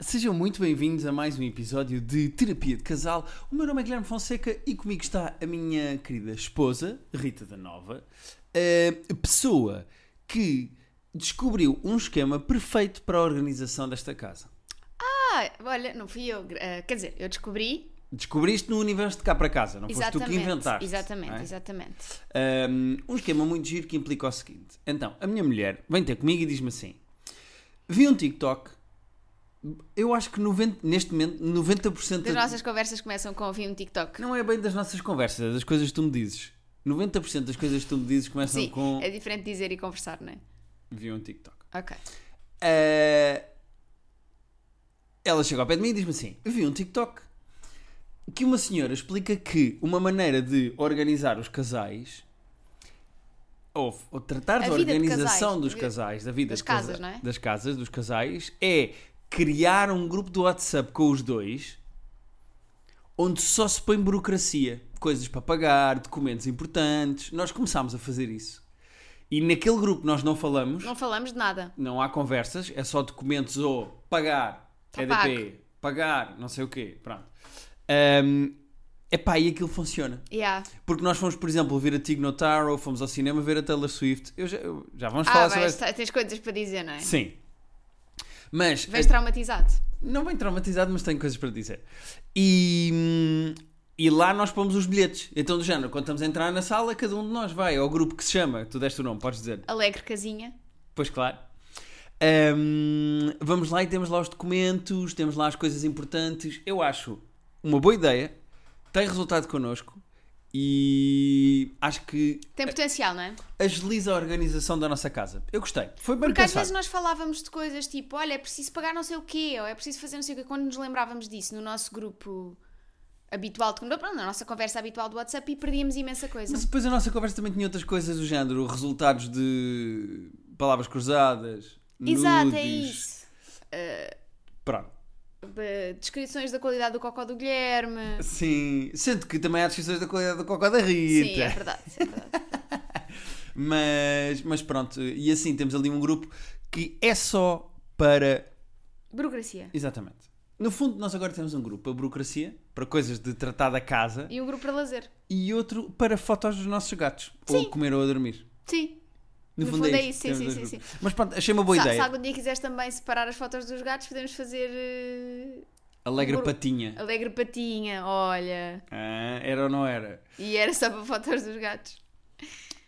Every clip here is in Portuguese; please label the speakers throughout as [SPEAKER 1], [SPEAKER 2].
[SPEAKER 1] Sejam muito bem-vindos a mais um episódio de Terapia de Casal. O meu nome é Guilherme Fonseca e comigo está a minha querida esposa, Rita da Nova, a pessoa que descobriu um esquema perfeito para a organização desta casa.
[SPEAKER 2] Ah, olha, não fui eu. eh, quer dizer, eu descobri.
[SPEAKER 1] Descobriste no universo de cá para casa, não foste tu que inventaste.
[SPEAKER 2] exatamente,
[SPEAKER 1] não é?
[SPEAKER 2] exatamente.
[SPEAKER 1] Um, um esquema muito giro que implica o seguinte. Então, a minha mulher vem ter comigo e diz-me assim: Vi um TikTok, eu acho que 90, neste momento 90%
[SPEAKER 2] Das nossas conversas começam com ouvir um TikTok.
[SPEAKER 1] Não é bem das nossas conversas, é das coisas que tu me dizes. 90% das coisas que tu me dizes começam
[SPEAKER 2] Sim,
[SPEAKER 1] com
[SPEAKER 2] é diferente dizer e conversar, não é?
[SPEAKER 1] Vi um TikTok.
[SPEAKER 2] Ok.
[SPEAKER 1] Ah, ela chega ao pé de mim e diz-me assim: Vi um TikTok que uma senhora explica que uma maneira de organizar os casais ou, ou tratar
[SPEAKER 2] A
[SPEAKER 1] da
[SPEAKER 2] vida de
[SPEAKER 1] organização
[SPEAKER 2] casais,
[SPEAKER 1] dos
[SPEAKER 2] vi-
[SPEAKER 1] casais, da vida
[SPEAKER 2] das
[SPEAKER 1] de casa-
[SPEAKER 2] casas, não é?
[SPEAKER 1] das casas, dos casais, é criar um grupo do WhatsApp com os dois onde só se põe burocracia, coisas para pagar, documentos importantes. Nós começámos a fazer isso. E naquele grupo nós não falamos,
[SPEAKER 2] Não falamos de nada.
[SPEAKER 1] não há conversas, é só documentos ou pagar,
[SPEAKER 2] Tá
[SPEAKER 1] EDP, pagar, não sei o quê, pronto. Ahm, epá, e aquilo funciona.
[SPEAKER 2] Yeah.
[SPEAKER 1] Porque nós fomos, por exemplo, ver a Tig Notaro, fomos ao cinema ver a Taylor Swift. Eu já, eu- já vamos
[SPEAKER 2] Ah,
[SPEAKER 1] falar sobre
[SPEAKER 2] vais,
[SPEAKER 1] esta.
[SPEAKER 2] tens coisas para dizer, não é?
[SPEAKER 1] Sim. Mas
[SPEAKER 2] Vens
[SPEAKER 1] eh,
[SPEAKER 2] traumatizado.
[SPEAKER 1] não bem traumatizado, mas tenho coisas para dizer. E, hum, e lá nós pomos os bilhetes. Então, do género, quando estamos a entrar na sala, cada um de nós vai ao grupo que se chama. Tu deste o nome, podes dizer.
[SPEAKER 2] Alegre casinha.
[SPEAKER 1] Pois claro. Ahm, vamos lá e temos lá os documentos, temos lá as coisas importantes. Eu acho uma boa ideia, tem resultado connosco e acho que
[SPEAKER 2] Tem potencial, não é?
[SPEAKER 1] agiliza a organização da nossa casa. Eu gostei. Foi bem
[SPEAKER 2] Porque às
[SPEAKER 1] pensado.
[SPEAKER 2] vezes nós falávamos de coisas tipo, olha, é preciso pagar não sei o quê, ou é preciso fazer não sei o quê, quando nos lembrávamos disso no nosso grupo habitual, de- pronto, na nossa conversa habitual do WhatsApp e perdíamos imensa coisa.
[SPEAKER 1] Mas depois a nossa conversa também tinha outras coisas do género, resultados de palavras cruzadas,
[SPEAKER 2] Exato,
[SPEAKER 1] nudes.
[SPEAKER 2] é isso.
[SPEAKER 1] Pronto.
[SPEAKER 2] Be- Descrições da qualidade do cocó do Guilherme.
[SPEAKER 1] Sim, sendo que também há descrições da qualidade do cocó da Rita.
[SPEAKER 2] Sim, é verdade. é verdade.
[SPEAKER 1] Mas, mas pronto, e assim temos ali um grupo que é só para.
[SPEAKER 2] Burocracia.
[SPEAKER 1] Exatamente. No fundo, nós agora temos um grupo para burocracia, para coisas de tratar da casa,
[SPEAKER 2] E um grupo para lazer.
[SPEAKER 1] e outro para fotos dos nossos gatos, ou comer ou a dormir.
[SPEAKER 2] Sim.
[SPEAKER 1] No, fundo, é isso.
[SPEAKER 2] sim,
[SPEAKER 1] temos
[SPEAKER 2] sim,
[SPEAKER 1] dois
[SPEAKER 2] sim,
[SPEAKER 1] grupos. Mas pronto, achei uma boa
[SPEAKER 2] Se, se
[SPEAKER 1] ideia.
[SPEAKER 2] algum dia quiseres também separar as fotos dos gatos, podemos fazer eh,
[SPEAKER 1] Alegre
[SPEAKER 2] Bur-
[SPEAKER 1] patinha.
[SPEAKER 2] alegre patinha, olha.
[SPEAKER 1] Ah, era ou não era?
[SPEAKER 2] E era só para fotos dos gatos.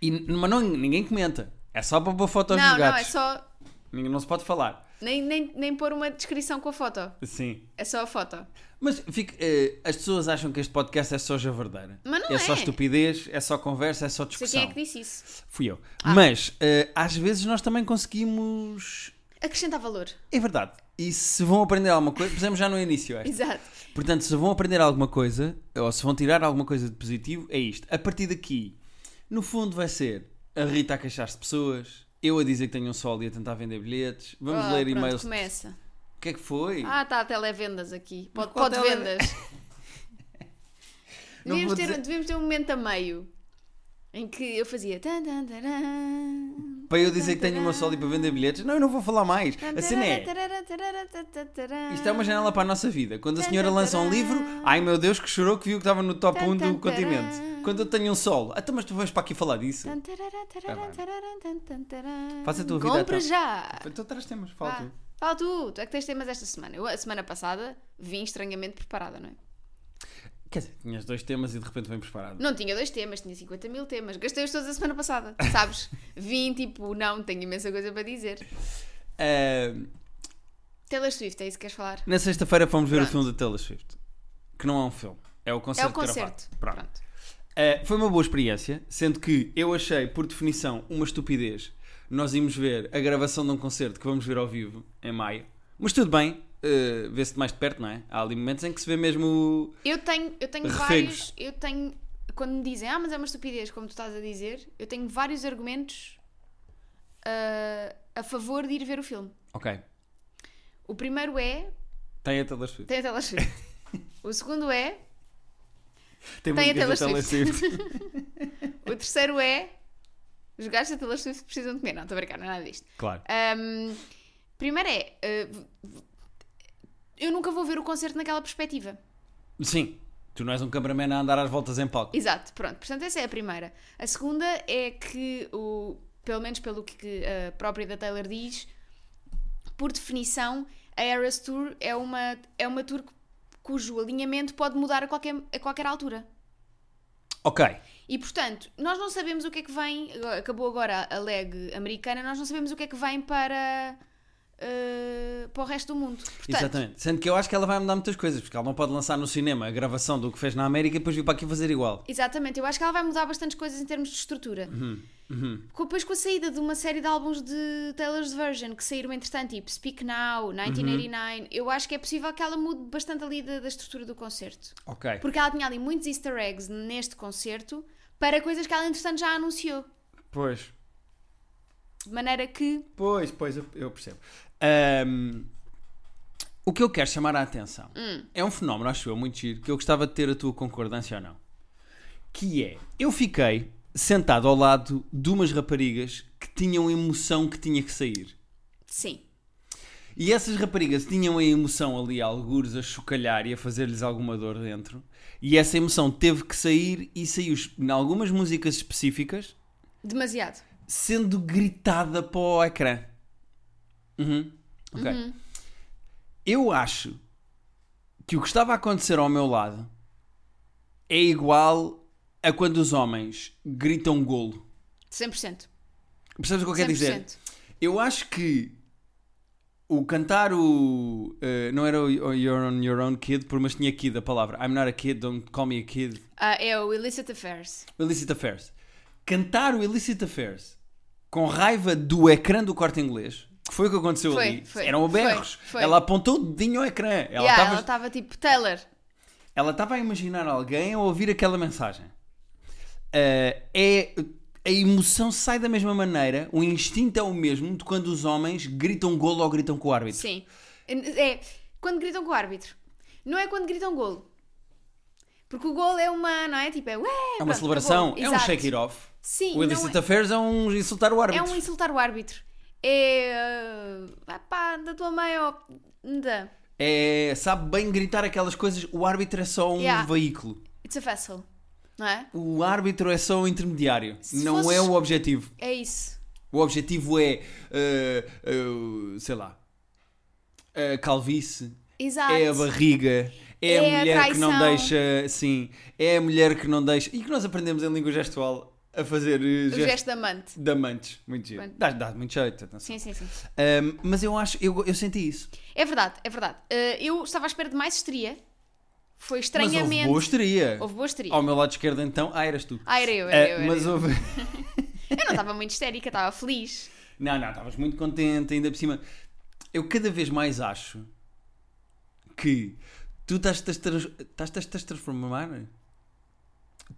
[SPEAKER 1] E, n- mas não, ninguém comenta. É só para pôr fotos
[SPEAKER 2] não,
[SPEAKER 1] dos
[SPEAKER 2] não,
[SPEAKER 1] gatos.
[SPEAKER 2] é só.
[SPEAKER 1] Ninguém- Não se pode falar.
[SPEAKER 2] Nem, nem, nem pôr uma descrição com a foto.
[SPEAKER 1] Sim.
[SPEAKER 2] É só a foto.
[SPEAKER 1] Mas fica, eh, as pessoas acham que este podcast é só javardeira.
[SPEAKER 2] Mas não
[SPEAKER 1] é só
[SPEAKER 2] é.
[SPEAKER 1] estupidez, é só conversa, é só
[SPEAKER 2] Não sei
[SPEAKER 1] discussão.
[SPEAKER 2] quem é que Ah. disse isso.
[SPEAKER 1] Fui eu. Mas eh, às vezes nós também conseguimos.
[SPEAKER 2] Acrescentar valor.
[SPEAKER 1] É verdade. E se vão aprender alguma coisa, pusemos já no início esta.
[SPEAKER 2] Exato.
[SPEAKER 1] Portanto, se vão aprender alguma coisa, ou se vão tirar alguma coisa de positivo, é isto. A partir daqui, no fundo, vai ser a Rita a queixar-se de pessoas, eu a dizer que tenho um sol e a tentar vender bilhetes, vamos
[SPEAKER 2] Ah,
[SPEAKER 1] ler
[SPEAKER 2] pronto,
[SPEAKER 1] e-mails.
[SPEAKER 2] Começa.
[SPEAKER 1] O que é que foi?
[SPEAKER 2] Ah, está, televendas aqui.
[SPEAKER 1] Mas
[SPEAKER 2] Pode,
[SPEAKER 1] qual
[SPEAKER 2] pode
[SPEAKER 1] tele-
[SPEAKER 2] vendas.
[SPEAKER 1] Não
[SPEAKER 2] devíamos,
[SPEAKER 1] vou
[SPEAKER 2] ter,
[SPEAKER 1] dizer-
[SPEAKER 2] devíamos ter um momento a meio em que eu fazia. tan, tan, tararã,
[SPEAKER 1] Para eu dizer que tenho uma sol e para vender bilhetes? Não, eu não vou falar mais.
[SPEAKER 2] tan,
[SPEAKER 1] A cena é.
[SPEAKER 2] tararã, tararã, tararã, tararã.
[SPEAKER 1] Isto é uma janela para a nossa vida. Quando a senhora lança um livro, ai meu Deus, que chorou que viu que estava no top 1 do continente. Quando eu tenho um solo, então mas tu vais para aqui falar disso?
[SPEAKER 2] Tan, tararã, tararã, tararã, tan, tan, tararã.
[SPEAKER 1] Faz Tá a tua vida,
[SPEAKER 2] Compra
[SPEAKER 1] então.
[SPEAKER 2] já!
[SPEAKER 1] Então traz temas,
[SPEAKER 2] Vá.
[SPEAKER 1] fala tu.
[SPEAKER 2] Fala tu, tu é que tens temas esta semana. Eu, a semana passada, vim estranhamente preparada, não é?
[SPEAKER 1] Quer dizer, tinhas dois temas e de repente vem preparado.
[SPEAKER 2] Não tinha dois temas, tinha 50 mil temas. Gastei-os todos a semana passada, sabes? Vim tipo, não, tenho imensa coisa para dizer.
[SPEAKER 1] Ah,
[SPEAKER 2] Taylor Swift, é isso que queres falar?
[SPEAKER 1] na sexta-feira fomos ver o
[SPEAKER 2] Pronto.
[SPEAKER 1] filme da Taylor Swift. Que não é um filme, é o concerto.
[SPEAKER 2] é o concerto.
[SPEAKER 1] gravado. Pronto. Uh, foi uma boa experiência, sendo que eu achei, por definição, uma estupidez. Nós íamos ver a gravação de um concerto que vamos ver ao vivo em maio. Mas tudo bem, uh, vê-se de mais de perto, não é? Há ali momentos em que se vê mesmo. o-
[SPEAKER 2] Eu tenho, eu tenho
[SPEAKER 1] Refegos.
[SPEAKER 2] vários. Eu tenho. Quando me dizem, ah, mas é uma estupidez, como tu estás a dizer, eu tenho vários argumentos ah, a favor de ir ver o filme.
[SPEAKER 1] Ok,
[SPEAKER 2] O primeiro é.
[SPEAKER 1] tem a Taylor Swift.
[SPEAKER 2] Tem a Taylor Swift. o segundo é.
[SPEAKER 1] Tem,
[SPEAKER 2] Tem a
[SPEAKER 1] músicas da
[SPEAKER 2] Taylor Swift.
[SPEAKER 1] Swift.
[SPEAKER 2] O terceiro é. Os gajos da Taylor Swift precisam de comer.
[SPEAKER 1] Ah.
[SPEAKER 2] Não, estou a brincar, não é nada disto.
[SPEAKER 1] claro.
[SPEAKER 2] Ahm, primeiro é. ah, v- v- eu nunca vou ver o concerto naquela perspectiva.
[SPEAKER 1] Sim, tu não és um cameraman a andar às voltas em palco.
[SPEAKER 2] Exato, pronto. Portanto, essa é a primeira. A segunda é que, o, pelo menos pelo que a própria da Taylor diz, por definição, a Eras Tour é uma, é uma tour cujo alinhamento pode mudar a qualquer, a qualquer altura.
[SPEAKER 1] Ok,
[SPEAKER 2] E portanto, nós não sabemos o que é que vem. Acabou agora a leg americana, nós não sabemos o que é que vem para, eh, para o resto do mundo. Portanto,
[SPEAKER 1] exatamente. Sendo que eu acho que ela vai mudar muitas coisas, porque ela não pode lançar no cinema a gravação do que fez na América e depois vir para aqui fazer igual.
[SPEAKER 2] Exatamente, eu acho que ela vai mudar bastantes coisas em termos de estrutura.
[SPEAKER 1] Uhum.
[SPEAKER 2] Com- Depois com a saída de uma série de álbuns de Taylor's Version que saíram entretanto, tipo Speak Now,
[SPEAKER 1] Uhum.
[SPEAKER 2] 1989, eu acho que é possível que ela mude bastante ali da, da estrutura do concerto.
[SPEAKER 1] Ok.
[SPEAKER 2] Porque ela tinha ali muitos easter eggs neste concerto para coisas que ela entretanto já anunciou.
[SPEAKER 1] Pois.
[SPEAKER 2] De maneira que.
[SPEAKER 1] Pois, pois, eu, eu percebo. Ahm, o que eu quero chamar a atenção
[SPEAKER 2] Hum.
[SPEAKER 1] é um fenómeno, acho eu, muito giro, que eu gostava de ter a tua concordância ou não. Que é, eu fiquei sentado ao lado de umas raparigas que tinham emoção que tinha que sair.
[SPEAKER 2] Sim.
[SPEAKER 1] E essas raparigas tinham a emoção ali, a algures, a chocalhar e a fazer-lhes alguma dor dentro. E essa emoção teve que sair e saiu em algumas músicas específicas,
[SPEAKER 2] Demasiado.
[SPEAKER 1] sendo gritada para o ecrã. Uhum. Ok. Eu acho que o que estava a acontecer ao meu lado é igual a quando os homens gritam golo.
[SPEAKER 2] 100%.
[SPEAKER 1] Percebes o que eu
[SPEAKER 2] 100%.
[SPEAKER 1] quero dizer? Eu acho que o cantar o. eh, não era o You're on Your Own Kid, por mas tinha kid a palavra. I'm not a kid, don't call me a kid.
[SPEAKER 2] Ah, é o Illicit Affairs.
[SPEAKER 1] Illicit Affairs. Cantar o Illicit Affairs com raiva do ecrã do corte inglês, que foi o que aconteceu
[SPEAKER 2] Foi,
[SPEAKER 1] ali.
[SPEAKER 2] foi,
[SPEAKER 1] Eram
[SPEAKER 2] foi,
[SPEAKER 1] berros.
[SPEAKER 2] foi.
[SPEAKER 1] Ela apontou o dedinho ao ecrã. Ela
[SPEAKER 2] Yeah,
[SPEAKER 1] estava
[SPEAKER 2] Ela estava tipo Taylor.
[SPEAKER 1] ela estava a imaginar alguém a ouvir aquela mensagem. Ah, é, a emoção sai da mesma maneira, o instinto é o mesmo de quando os homens gritam golo ou gritam com o árbitro.
[SPEAKER 2] Sim. É quando gritam com o árbitro. Não é quando gritam golo. Porque o golo é uma, não é? Tipo, é, ué,
[SPEAKER 1] É uma
[SPEAKER 2] pronto,
[SPEAKER 1] celebração,
[SPEAKER 2] acabou.
[SPEAKER 1] é um
[SPEAKER 2] Exato.
[SPEAKER 1] shake it off.
[SPEAKER 2] Sim,
[SPEAKER 1] o
[SPEAKER 2] não
[SPEAKER 1] Illicit
[SPEAKER 2] é-
[SPEAKER 1] Affairs é um insultar o
[SPEAKER 2] é
[SPEAKER 1] árbitro.
[SPEAKER 2] um insultar o árbitro. É. Uh, vá pá, da tua mãe ou. Da.
[SPEAKER 1] É- sabe bem gritar aquelas coisas, o árbitro é só um
[SPEAKER 2] Yeah.
[SPEAKER 1] veículo.
[SPEAKER 2] It's a vessel. Não é?
[SPEAKER 1] O árbitro é só um intermediário,
[SPEAKER 2] Se
[SPEAKER 1] não é
[SPEAKER 2] fosses-
[SPEAKER 1] o objetivo.
[SPEAKER 2] É isso.
[SPEAKER 1] O objetivo é, ah, ah, sei lá, a calvície,
[SPEAKER 2] Exato.
[SPEAKER 1] É a barriga. É, a
[SPEAKER 2] É a
[SPEAKER 1] mulher que não
[SPEAKER 2] traição.
[SPEAKER 1] deixa. Sim. É a mulher que não deixa. E que nós aprendemos em língua gestual a fazer eh,
[SPEAKER 2] o
[SPEAKER 1] gestos
[SPEAKER 2] gesto da amante.
[SPEAKER 1] de amantes. Muito giro.
[SPEAKER 2] Bem.
[SPEAKER 1] Dá, dá muito jeito. atenção.
[SPEAKER 2] Sim, sim, sim.
[SPEAKER 1] Ahm, mas eu acho. Eu, eu senti isso.
[SPEAKER 2] É verdade, é verdade. Uh, eu estava à espera de mais histeria. Foi
[SPEAKER 1] Mas houve
[SPEAKER 2] estranhamente.
[SPEAKER 1] boa histeria.
[SPEAKER 2] Houve boa histeria.
[SPEAKER 1] Ao meu lado esquerdo, então. Ah, eras tu.
[SPEAKER 2] Ah, era eu, era
[SPEAKER 1] Ah,
[SPEAKER 2] eu. Era
[SPEAKER 1] mas
[SPEAKER 2] eu.
[SPEAKER 1] houve.
[SPEAKER 2] eu não estava muito histérica, estava feliz.
[SPEAKER 1] Não, não, estavas muito contente, ainda por cima. Eu cada vez mais acho que tu estás-te a, trans- estás-te a transformar.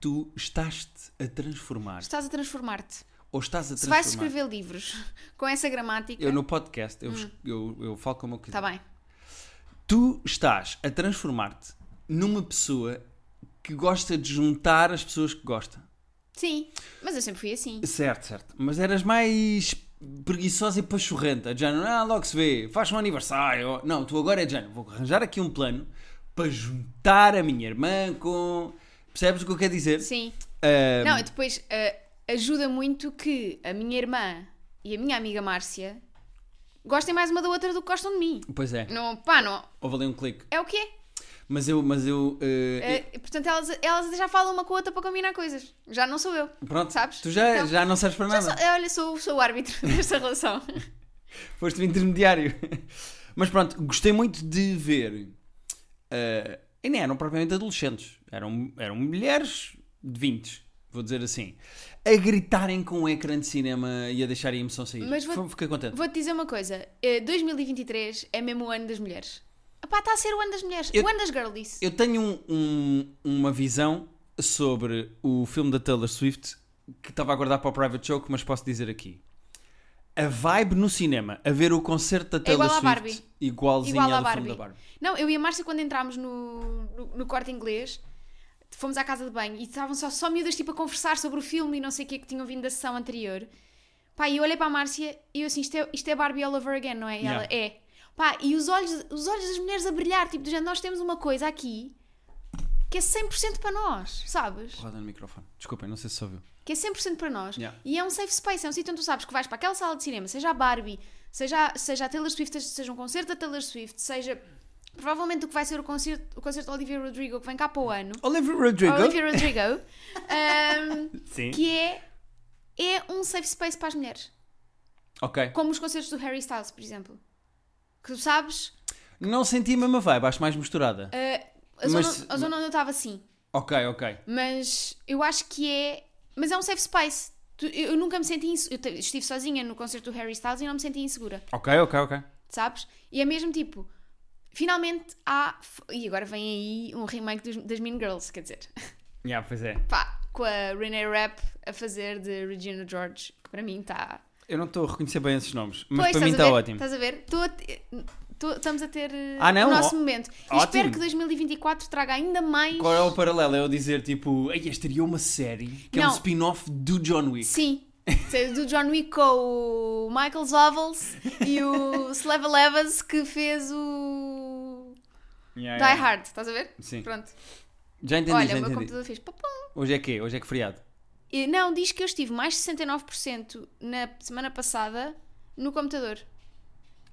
[SPEAKER 1] Tu estás-te a transformar.
[SPEAKER 2] Estás a transformar-te.
[SPEAKER 1] Ou estás a
[SPEAKER 2] Se vais
[SPEAKER 1] transformar.
[SPEAKER 2] escrever livros com essa gramática.
[SPEAKER 1] Eu no podcast, eu, vos- eu, eu falo como eu quiser.
[SPEAKER 2] Está Tá bem.
[SPEAKER 1] Tu estás a transformar-te numa pessoa que gosta de juntar as pessoas que gosta.
[SPEAKER 2] Sim, mas eu sempre fui assim.
[SPEAKER 1] Certo, certo. Mas eras mais preguiçosa e pachorrenta. Já não, ah, logo se vê, faz um aniversário. ou- Não, tu agora é já, vou arranjar aqui um plano para juntar a minha irmã com. Percebes o que eu quero dizer?
[SPEAKER 2] Sim.
[SPEAKER 1] Ah,
[SPEAKER 2] Não, e depois ah, ajuda muito que a minha irmã e a minha amiga Márcia gostem mais uma da outra do que gostam de mim.
[SPEAKER 1] Pois é,
[SPEAKER 2] Não, pá, não.
[SPEAKER 1] houve ali um clique.
[SPEAKER 2] É o que é.
[SPEAKER 1] Mas eu, mas eu. ah,
[SPEAKER 2] Ah, portanto, elas, elas já falam uma com a outra para combinar coisas. Já não sou eu.
[SPEAKER 1] Pronto,
[SPEAKER 2] sabes?
[SPEAKER 1] tu já,
[SPEAKER 2] Então,
[SPEAKER 1] já não sabes para
[SPEAKER 2] Já
[SPEAKER 1] nada.
[SPEAKER 2] sou- olha, sou, sou o árbitro desta relação.
[SPEAKER 1] Foste o intermediário. Mas pronto, gostei muito de ver. eh, e nem eram propriamente adolescentes. Eram, eram mulheres de 20, vou dizer assim. A gritarem com o ecrã de cinema e a deixarem a emoção sair.
[SPEAKER 2] Mas vou-
[SPEAKER 1] Foi- Fiquei contente.
[SPEAKER 2] Vou-te dizer uma coisa: eh, 2023 é mesmo o ano das mulheres. Epá, está a ser o ano das mulheres.
[SPEAKER 1] Eu-
[SPEAKER 2] O ano das girlies.
[SPEAKER 1] Eu tenho um- um- uma visão sobre o filme da Taylor Swift que estava a guardar para o Private Joke, mas posso dizer aqui. A vibe no cinema, a ver o concerto da Taylor
[SPEAKER 2] É igual à
[SPEAKER 1] Swift,
[SPEAKER 2] Barbie.
[SPEAKER 1] igualzinha
[SPEAKER 2] Igual à
[SPEAKER 1] ao filme
[SPEAKER 2] Barbie.
[SPEAKER 1] da Barbie.
[SPEAKER 2] Não, eu e a Márcia, quando entrámos no, no, no corte inglês, fomos à casa de banho e estavam só, só miúdas tipo, a conversar sobre o filme e não sei o que que tinham vindo da sessão anterior. Pá, e eu olhei para a Márcia e eu assim: isto é, isto é Barbie all over again, não é? E ela
[SPEAKER 1] Yeah.
[SPEAKER 2] é. Pá, e os olhos, os olhos das mulheres a brilhar, tipo, do género, nós temos uma coisa aqui que é 100% para nós, sabes?
[SPEAKER 1] Porrada no microfone. Desculpem, não sei se só viu.
[SPEAKER 2] que é 100% para nós.
[SPEAKER 1] Yeah.
[SPEAKER 2] E é um safe space, é um sítio onde tu sabes que vais para aquela sala de cinema, seja a Barbie, seja, seja a Taylor Swift, seja um concerto da Taylor Swift, seja provavelmente o que vai ser o concerto, o concerto de Olivia Rodrigo que vem cá para o ano.
[SPEAKER 1] Oliver Rodrigo.
[SPEAKER 2] Olivia Rodrigo. um,
[SPEAKER 1] Sim.
[SPEAKER 2] que é, é um safe space para as mulheres.
[SPEAKER 1] Ok.
[SPEAKER 2] Como os concertos do Harry Styles, por exemplo. Que tu sabes,
[SPEAKER 1] Não senti a mesma vibe, acho mais misturada.
[SPEAKER 2] É. a zona,
[SPEAKER 1] Mas-
[SPEAKER 2] a zona onde eu estava assim.
[SPEAKER 1] Ok, ok.
[SPEAKER 2] Mas eu acho que é. Mas é um safe space. Tu- Eu eu nunca me senti insegura. Eu te- estive sozinha no concerto do Harry Styles e não me senti insegura,
[SPEAKER 1] Ok, ok, ok.
[SPEAKER 2] sabes? E é mesmo tipo. Finalmente há. f- E agora vem aí um remake dos- das Mean Girls, quer dizer.
[SPEAKER 1] Yeah, pois é.
[SPEAKER 2] Pá, com a Renee Rapp a fazer de Regina George, que para mim está.
[SPEAKER 1] Eu não estou a reconhecer bem esses nomes, mas
[SPEAKER 2] Pois,
[SPEAKER 1] para mim
[SPEAKER 2] estás a
[SPEAKER 1] está
[SPEAKER 2] ver?
[SPEAKER 1] ótimo.
[SPEAKER 2] Estás a ver? Tô a te- tô- estamos a ter eh,
[SPEAKER 1] Ah, não?
[SPEAKER 2] o nosso
[SPEAKER 1] Ó-
[SPEAKER 2] momento. E espero
[SPEAKER 1] ótimo.
[SPEAKER 2] que 2024 traga ainda mais.
[SPEAKER 1] Qual é o paralelo? É eu dizer tipo, ei, esta teria uma série que é um
[SPEAKER 2] Não.
[SPEAKER 1] spin-off do John Wick.
[SPEAKER 2] Sim. Seja Do John Wick com o Michael Zovels e o Slava Levas que fez o
[SPEAKER 1] Yeah,
[SPEAKER 2] Die
[SPEAKER 1] yeah.
[SPEAKER 2] Hard, estás a ver?
[SPEAKER 1] É. Sim.
[SPEAKER 2] Pronto.
[SPEAKER 1] Já entendi,
[SPEAKER 2] Olha,
[SPEAKER 1] já
[SPEAKER 2] o meu
[SPEAKER 1] entendi.
[SPEAKER 2] computador fez papum.
[SPEAKER 1] Hoje é quê? Hoje é que feriado?
[SPEAKER 2] E, Não, diz que eu estive mais 69% na semana passada no computador.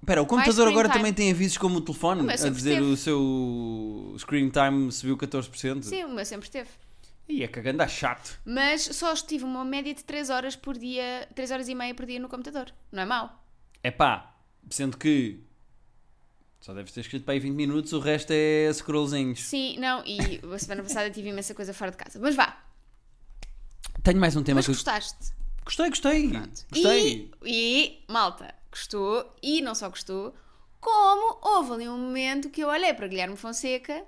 [SPEAKER 1] Espera, o computador
[SPEAKER 2] screen
[SPEAKER 1] agora
[SPEAKER 2] time.
[SPEAKER 1] também tem avisos como o telefone
[SPEAKER 2] meu
[SPEAKER 1] a
[SPEAKER 2] sempre
[SPEAKER 1] dizer
[SPEAKER 2] teve.
[SPEAKER 1] o seu screen time subiu 14%?
[SPEAKER 2] Sim, o meu sempre teve.
[SPEAKER 1] E é cagando, é chato.
[SPEAKER 2] Mas só estive uma média de 3 horas por dia, 3 horas e meia por dia no computador. Não é mau?
[SPEAKER 1] É pá, sendo que só deves ter escrito para aí 20 minutos, o resto é scrollzinhos.
[SPEAKER 2] Sim, não, e a semana passada tive imensa coisa fora de casa. Mas vá,
[SPEAKER 1] Tenho mais um tema
[SPEAKER 2] mas
[SPEAKER 1] que eu...
[SPEAKER 2] gostaste.
[SPEAKER 1] Gostei, gostei. Gostei.
[SPEAKER 2] E, e, malta, gostou e não só gostou, como houve ali um momento que eu olhei para Guilherme Fonseca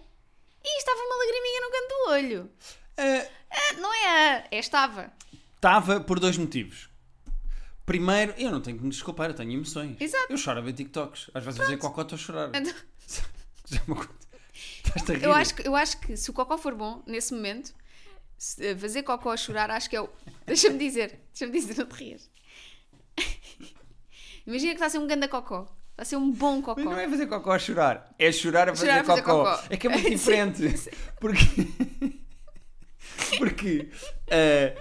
[SPEAKER 2] e estava uma lagriminha no canto do olho. Ah, não é a, é estava.
[SPEAKER 1] Estava Eh, por dois motivos. Primeiro, eu não tenho que me desculpar, eu tenho emoções.
[SPEAKER 2] Exato.
[SPEAKER 1] Eu choro a ver TikToks. Às vezes eu cocó estou a chorar.
[SPEAKER 2] Então,
[SPEAKER 1] Já me acontece. Estás-te a rir.
[SPEAKER 2] Eu acho, que, eu acho que se o cocó for bom, nesse momento, se, eh, fazer cocó a chorar, acho que é o. Deixa-me dizer, deixa-me dizer, não te rias. Imagina que está a ser um ganda cocó. Está a ser um bom cocó.
[SPEAKER 1] Mas não é fazer cocó a chorar. É chorar a fazer,
[SPEAKER 2] Chorar a fazer
[SPEAKER 1] cocó.
[SPEAKER 2] cocó.
[SPEAKER 1] É que é muito
[SPEAKER 2] Sim,
[SPEAKER 1] diferente. Porque. Porque. eh,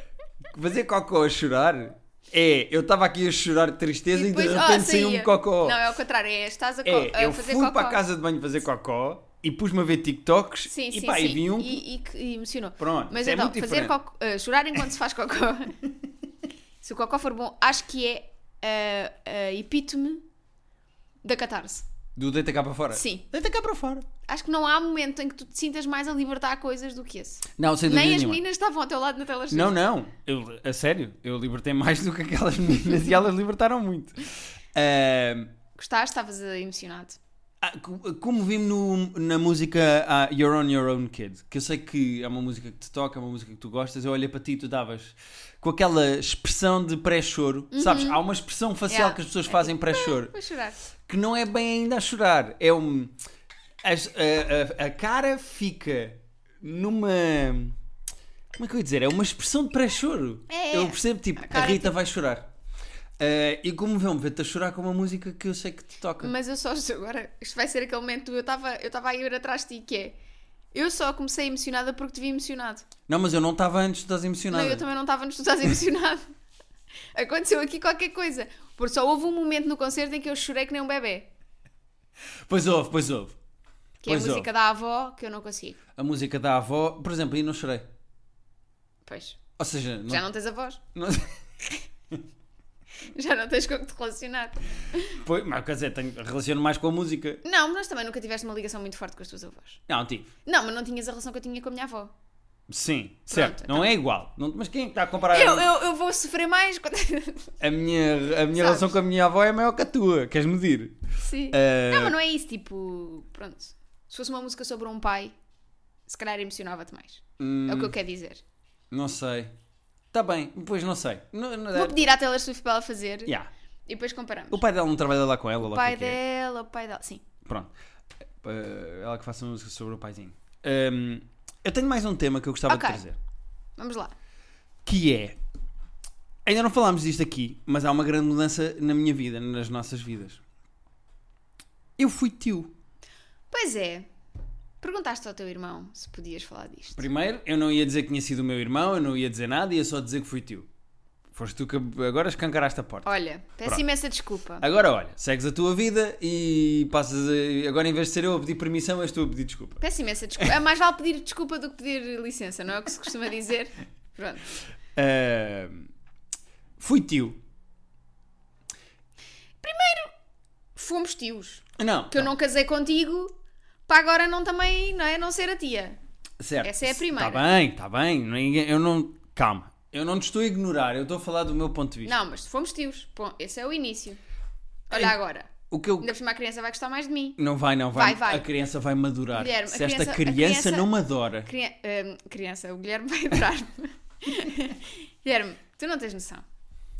[SPEAKER 1] fazer cocó a chorar é. Eu estava aqui a chorar de tristeza e, de
[SPEAKER 2] oh,
[SPEAKER 1] repente saiu
[SPEAKER 2] saía.
[SPEAKER 1] um cocó.
[SPEAKER 2] Não, é ao contrário, é estás a, co-
[SPEAKER 1] É,
[SPEAKER 2] a
[SPEAKER 1] eu
[SPEAKER 2] fazer
[SPEAKER 1] fui
[SPEAKER 2] cocó.
[SPEAKER 1] para a casa de banho fazer cocó e pus-me a ver TikToks
[SPEAKER 2] Sim,
[SPEAKER 1] e
[SPEAKER 2] sim,
[SPEAKER 1] pá,
[SPEAKER 2] sim.
[SPEAKER 1] e vi um.
[SPEAKER 2] e, e que- e emocionou.
[SPEAKER 1] Pronto,
[SPEAKER 2] Mas
[SPEAKER 1] isso é
[SPEAKER 2] então,
[SPEAKER 1] muito
[SPEAKER 2] fazer
[SPEAKER 1] diferente.
[SPEAKER 2] cocó, eh, chorar enquanto se faz cocó. se o cocó for bom, acho que é eh, a epítome da catarse.
[SPEAKER 1] Do deita cá para fora.
[SPEAKER 2] Sim.
[SPEAKER 1] Deita cá para fora.
[SPEAKER 2] Acho que não há momento em que tu te sintas mais a libertar coisas do que esse.
[SPEAKER 1] Não, sem dúvida
[SPEAKER 2] Nem as
[SPEAKER 1] nenhuma.
[SPEAKER 2] meninas estavam ao teu lado na tela cheia.
[SPEAKER 1] Não, não. Eu, a sério, eu libertei mais do que aquelas meninas e elas libertaram muito. Ahm,
[SPEAKER 2] Gostaste? Estavas eh, emocionado.
[SPEAKER 1] Ah, co- como vimos no- na música ah, You're On Your Own Kid, que eu sei que é uma música que te toca, é uma música que tu gostas, eu olhei para ti e tu davas com aquela expressão de pré-choro, sabes? Há uma expressão facial
[SPEAKER 2] Uhum. Yeah.
[SPEAKER 1] que as pessoas fazem pré-choro,
[SPEAKER 2] Vou chorar.
[SPEAKER 1] que não é bem ainda a chorar, é um. as- a, a- a cara fica numa. Como é que eu ia dizer? É uma expressão de pré-choro.
[SPEAKER 2] É, é.
[SPEAKER 1] Eu percebo, tipo,
[SPEAKER 2] A
[SPEAKER 1] a,
[SPEAKER 2] cara
[SPEAKER 1] Rita vai chorar. Ah, e comoveu-me ver-te a chorar com uma música que eu sei que te toca.
[SPEAKER 2] Mas eu só agora, isto vai ser aquele momento, eu estava eu estava a ir atrás de ti, que é. Eu só comecei emocionada porque te vi emocionado.
[SPEAKER 1] Não, mas eu não estava antes, estás emocionada.
[SPEAKER 2] Não, eu também não estava nos tu estás emocionado. Aconteceu aqui qualquer coisa. Porque só houve um momento no concerto em que eu chorei que nem um bebê.
[SPEAKER 1] Pois houve, pois houve.
[SPEAKER 2] Que
[SPEAKER 1] Pois
[SPEAKER 2] é a música da avó que eu não consigo.
[SPEAKER 1] A música da avó, por exemplo, aí não chorei.
[SPEAKER 2] Pois,
[SPEAKER 1] Ou seja, não,
[SPEAKER 2] já não tens avós.
[SPEAKER 1] não-
[SPEAKER 2] Já não tens com o que te relacionar.
[SPEAKER 1] Pois, mas quer dizer, tenho, relaciono mais com a música.
[SPEAKER 2] Não, mas nós também nunca tiveste uma ligação muito forte com as tuas avós.
[SPEAKER 1] Não, tive.
[SPEAKER 2] Não, mas não tinhas a relação que eu tinha com a minha avó.
[SPEAKER 1] Sim, certo.
[SPEAKER 2] então.
[SPEAKER 1] Não é igual. Não- mas quem é que está a comparar?
[SPEAKER 2] Eu,
[SPEAKER 1] a,
[SPEAKER 2] eu, eu vou sofrer mais quando.
[SPEAKER 1] a minha, a minha relação com a minha avó é maior que a tua. Queres medir?
[SPEAKER 2] Sim.
[SPEAKER 1] Eh,
[SPEAKER 2] Não, mas não é isso, tipo. Pronto. Se fosse uma música sobre um pai, se calhar emocionava-te mais.
[SPEAKER 1] Hum.
[SPEAKER 2] É o que eu quero dizer.
[SPEAKER 1] Não sei. Está bem, pois não sei. Não, não- é-
[SPEAKER 2] Vou pedir à Taylor Swift para ela fazer
[SPEAKER 1] Yeah.
[SPEAKER 2] e depois comparamos.
[SPEAKER 1] O pai dela não trabalha lá com ela,
[SPEAKER 2] O
[SPEAKER 1] lá
[SPEAKER 2] pai
[SPEAKER 1] que é que é.
[SPEAKER 2] dela, o pai dela. Sim.
[SPEAKER 1] Pronto. Eh, ela que faça uma música sobre o paizinho. Ehm, eu tenho mais um tema que eu gostava
[SPEAKER 2] Ok.
[SPEAKER 1] de trazer.
[SPEAKER 2] Vamos lá.
[SPEAKER 1] que é ainda não falámos disto aqui, mas há uma grande mudança na minha vida, nas nossas vidas. Eu fui tio.
[SPEAKER 2] Pois é. Perguntaste ao teu irmão se podias falar disto.
[SPEAKER 1] Primeiro, eu não ia dizer que tinha sido o meu irmão, eu não ia dizer nada, ia só dizer que fui tio. Foste tu que agora escancaraste a porta.
[SPEAKER 2] Olha, peço
[SPEAKER 1] Pronto.
[SPEAKER 2] imensa desculpa.
[SPEAKER 1] Agora, olha, segues a tua vida e passas. A... Agora, em vez de ser eu a pedir permissão, és tu a pedir desculpa.
[SPEAKER 2] Peço imensa desculpa. É mais vale pedir desculpa do que pedir licença, não é o que se costuma dizer? Pronto.
[SPEAKER 1] Ahm, Ah, fui tio.
[SPEAKER 2] Fomos tios.
[SPEAKER 1] Não.
[SPEAKER 2] Que eu não casei contigo, para agora não também, não é? Não ser a tia.
[SPEAKER 1] tá Certo.
[SPEAKER 2] Essa é a primeira.
[SPEAKER 1] Está bem, está bem. Ninguém- Eu não. Calma. Eu não te estou a ignorar, eu estou a falar do meu ponto de vista.
[SPEAKER 2] Não, mas fomos tios. Bom, esse é o início. Olha agora.
[SPEAKER 1] O que eu.
[SPEAKER 2] Ainda por cima a criança vai gostar mais de mim.
[SPEAKER 1] Não vai, não vai.
[SPEAKER 2] Vai, vai.
[SPEAKER 1] A criança vai madurar.
[SPEAKER 2] Guilherme,
[SPEAKER 1] Se
[SPEAKER 2] a
[SPEAKER 1] esta
[SPEAKER 2] criança- a
[SPEAKER 1] criança,
[SPEAKER 2] criança-
[SPEAKER 1] não me adora.
[SPEAKER 2] Cria- hum, criança, o Guilherme vai adorar-me. Guilherme, tu não tens noção.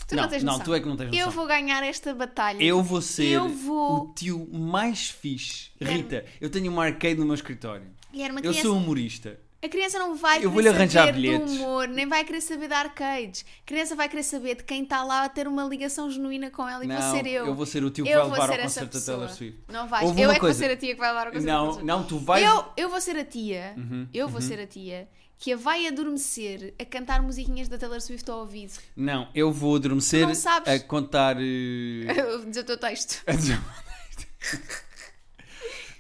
[SPEAKER 2] Tu não,
[SPEAKER 1] Não,
[SPEAKER 2] tens
[SPEAKER 1] não,
[SPEAKER 2] noção.
[SPEAKER 1] tu é que não tens
[SPEAKER 2] Eu
[SPEAKER 1] noção.
[SPEAKER 2] vou ganhar esta batalha.
[SPEAKER 1] Eu vou ser
[SPEAKER 2] Eu vou-
[SPEAKER 1] o tio mais fixe.
[SPEAKER 2] Guilherme.
[SPEAKER 1] Rita, eu tenho uma arcade no meu escritório.
[SPEAKER 2] Guilherme, a
[SPEAKER 1] Eu
[SPEAKER 2] criança,
[SPEAKER 1] sou humorista.
[SPEAKER 2] a criança não vai
[SPEAKER 1] Eu vou-lhe
[SPEAKER 2] querer
[SPEAKER 1] arranjar
[SPEAKER 2] saber
[SPEAKER 1] bilhetes.
[SPEAKER 2] do humor, nem vai querer saber de arcades. A criança vai querer saber de quem está lá a ter uma ligação genuína com ela e
[SPEAKER 1] não,
[SPEAKER 2] vou ser eu.
[SPEAKER 1] vou ser o tio que
[SPEAKER 2] Eu
[SPEAKER 1] vai
[SPEAKER 2] vou
[SPEAKER 1] levar ao
[SPEAKER 2] ser essa
[SPEAKER 1] concerto da Taylor
[SPEAKER 2] pessoa.
[SPEAKER 1] Swift.
[SPEAKER 2] Não vais.
[SPEAKER 1] Houve
[SPEAKER 2] eu
[SPEAKER 1] uma
[SPEAKER 2] é
[SPEAKER 1] coisa.
[SPEAKER 2] que vou ser a tia que vai levar ao concerto da Taylor
[SPEAKER 1] Não,
[SPEAKER 2] Swift.
[SPEAKER 1] não, tu vais. Uhum,
[SPEAKER 2] Eu, eu vou ser a tia, eu vou ser a tia que a vai adormecer a cantar musiquinhas da Taylor Swift ao ouvido.
[SPEAKER 1] Não, eu vou adormecer
[SPEAKER 2] Tu não sabes.
[SPEAKER 1] a contar. eh,
[SPEAKER 2] Eu Diz o teu texto.
[SPEAKER 1] a dizer-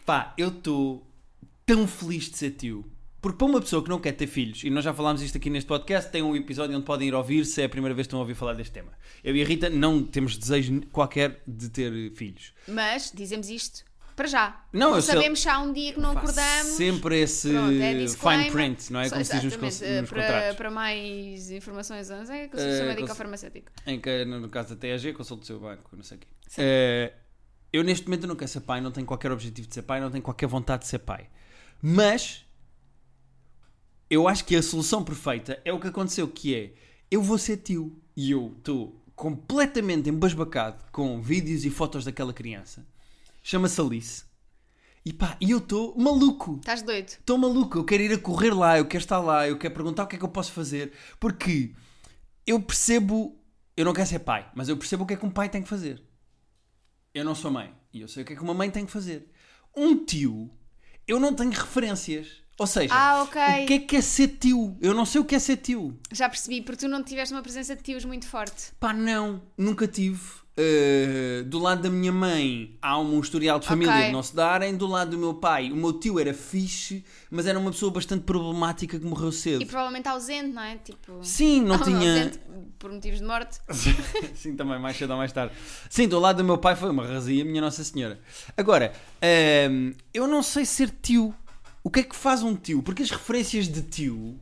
[SPEAKER 1] Pá, eu estou tão feliz de ser tio. Porque para uma pessoa que não quer ter filhos, e nós já falámos isto aqui neste podcast, tem um episódio onde podem ir ouvir se é a primeira vez que estão a ouvir falar deste tema. Eu e a Rita não temos desejo qualquer de ter eh, filhos.
[SPEAKER 2] Mas dizemos isto para já.
[SPEAKER 1] Não, eu sei-
[SPEAKER 2] sabemos se há um dia que não
[SPEAKER 1] Pá,
[SPEAKER 2] acordamos.
[SPEAKER 1] Sempre esse
[SPEAKER 2] Pronto, é disclaimer.
[SPEAKER 1] fine print, não é?
[SPEAKER 2] Só-
[SPEAKER 1] Como se diz nos, con-
[SPEAKER 2] exatamente, eh,
[SPEAKER 1] nos
[SPEAKER 2] para,
[SPEAKER 1] contratos.
[SPEAKER 2] para mais informações, não sei, é que eu
[SPEAKER 1] Eh,
[SPEAKER 2] sou médico
[SPEAKER 1] cons-
[SPEAKER 2] ou farmacêutico.
[SPEAKER 1] Em que, no caso da TAG, consulta o seu banco, não sei o quê. Eh, eu neste momento não quero ser pai, não tenho qualquer objetivo de ser pai, não tenho qualquer vontade de ser pai. Mas eu acho que a solução perfeita é o que aconteceu, que é eu vou ser tio e eu estou completamente embasbacado com vídeos e fotos daquela criança. Chama-se Alice. E pá, e eu estou maluco.
[SPEAKER 2] Estás doido?
[SPEAKER 1] Estou maluco, eu quero ir a correr lá, eu quero estar lá, eu quero perguntar o que é que eu posso fazer. Porque eu percebo, eu não quero ser pai, mas eu percebo o que é que um pai tem que fazer. Eu não sou mãe e eu sei o que é que uma mãe tem que fazer. Um tio, eu não tenho referências. Ou seja,
[SPEAKER 2] Ah, ok.
[SPEAKER 1] o que é que é ser tio? Eu não sei o que é ser tio.
[SPEAKER 2] Já percebi, porque tu não tiveste uma presença de tios muito forte.
[SPEAKER 1] Pá, não, nunca tive. Uh, do lado da minha mãe há um historial de família
[SPEAKER 2] Ok.
[SPEAKER 1] de não se darem. Do lado do meu pai, o meu tio era fixe, mas era uma pessoa bastante problemática que morreu cedo.
[SPEAKER 2] E provavelmente ausente, não é? Tipo,
[SPEAKER 1] Sim, não tinha.
[SPEAKER 2] ausente por motivos de morte.
[SPEAKER 1] Sim, também, mais cedo ou mais tarde. Sim, do lado do meu pai foi uma razia, minha Nossa Senhora. Agora, hum, eu não sei ser tio. O que é que faz um tio? Porque as referências de tio.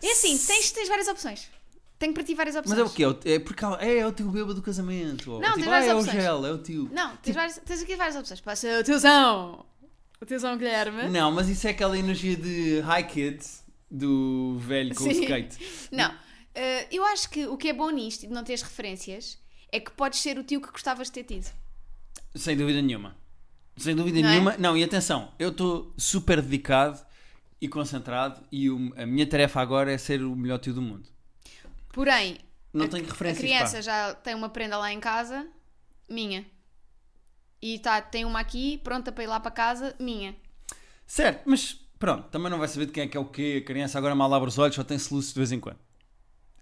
[SPEAKER 2] É assim, tens, tens várias opções. Tenho para ti várias opções.
[SPEAKER 1] Mas é o quê? É, o- é porque há- é, é o tio bêbado do casamento. ou
[SPEAKER 2] Não,
[SPEAKER 1] é
[SPEAKER 2] tem
[SPEAKER 1] tipo, ah,
[SPEAKER 2] várias
[SPEAKER 1] é o
[SPEAKER 2] opções.
[SPEAKER 1] gel, é o tio.
[SPEAKER 2] Não, tens, várias, tens aqui várias opções. Pode ser o tiozão. O tiozão Guilherme.
[SPEAKER 1] Não, mas isso é aquela energia de Hi Kids do velho com o
[SPEAKER 2] Sim.
[SPEAKER 1] skate.
[SPEAKER 2] Não. Eh, eu acho que o que é bom nisto e de não teres referências é que podes ser o tio que gostavas de ter tido.
[SPEAKER 1] Sem dúvida nenhuma. Sem dúvida
[SPEAKER 2] Não é?
[SPEAKER 1] nenhuma. Não, e atenção, eu estou super dedicado e concentrado e o- a minha tarefa agora é ser o melhor tio do mundo.
[SPEAKER 2] Porém,
[SPEAKER 1] Não
[SPEAKER 2] a,
[SPEAKER 1] tenho
[SPEAKER 2] a
[SPEAKER 1] referências,
[SPEAKER 2] criança
[SPEAKER 1] pá.
[SPEAKER 2] já tem uma prenda lá em casa, minha. E tá, tem uma aqui, pronta para ir lá para casa, minha.
[SPEAKER 1] Certo, mas pronto, também não vai saber de quem é que é o quê. A criança agora mal abre os olhos, só tem luzes de vez em quando.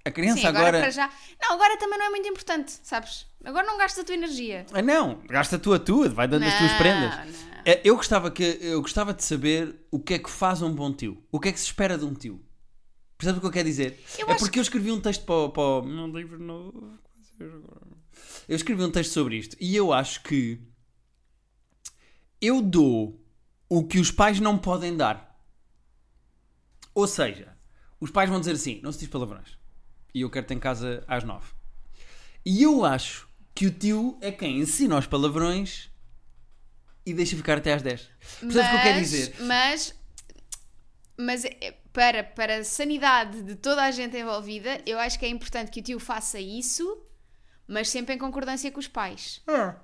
[SPEAKER 1] A criança
[SPEAKER 2] Sim, agora, é
[SPEAKER 1] agora...
[SPEAKER 2] para já. Não, agora também não é muito importante, sabes? Agora não gastas a tua energia.
[SPEAKER 1] Ah, não, gasta tu a tua, vai dando as tuas
[SPEAKER 2] Não,
[SPEAKER 1] prendas.
[SPEAKER 2] não.
[SPEAKER 1] É, Eu gostava, que, eu gostava de saber o que é que faz um bom tio. O que é que se espera de um tio. Percebes o que eu quero dizer?
[SPEAKER 2] Eu
[SPEAKER 1] é
[SPEAKER 2] acho
[SPEAKER 1] porque eu escrevi um texto para, o- para o- Meu livro novo. Eu escrevi um texto sobre isto e eu acho que eu dou o que os pais não podem dar. Ou seja, os pais vão dizer assim: não se diz palavrões. E eu quero-te em casa às nove. E eu acho que o tio é quem ensina os palavrões e deixa ficar até às 10. Percebes o que eu quero dizer?
[SPEAKER 2] Mas, mas é- para, para a sanidade de toda a gente envolvida, eu acho que é importante que o tio faça isso, mas sempre em concordância com os pais.
[SPEAKER 1] Ah,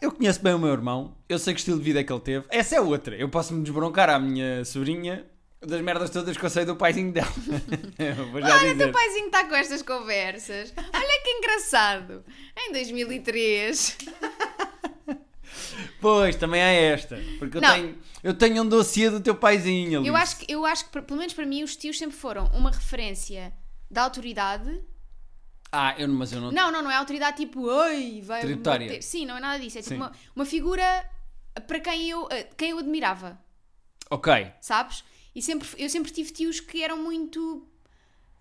[SPEAKER 1] Eu conheço bem o meu irmão, eu sei que estilo de vida é que ele teve. Essa é outra. Eu posso-me desbroncar à minha sobrinha das merdas todas que eu sei do paizinho dela. Eu Vou já
[SPEAKER 2] Olha, teu
[SPEAKER 1] dizer.
[SPEAKER 2] paizinho está com estas conversas. Olha que engraçado. Em 2003.
[SPEAKER 1] Pois, também há esta. Porque eu
[SPEAKER 2] Não.
[SPEAKER 1] tenho, eu tenho um dossiê do teu paizinho.
[SPEAKER 2] Eu
[SPEAKER 1] Alice.
[SPEAKER 2] acho, que, eu acho que, pelo menos para mim, os tios sempre foram uma referência da autoridade.
[SPEAKER 1] Ah, eu, mas eu não.
[SPEAKER 2] Não, não, não é autoridade tipo, oi, vai.
[SPEAKER 1] Tributária.
[SPEAKER 2] bater." Sim, não é nada disso. É tipo
[SPEAKER 1] Sim.
[SPEAKER 2] uma, uma figura para quem eu, eh, quem eu admirava,
[SPEAKER 1] Ok.
[SPEAKER 2] sabes? E sempre, eu sempre tive tios que eram muito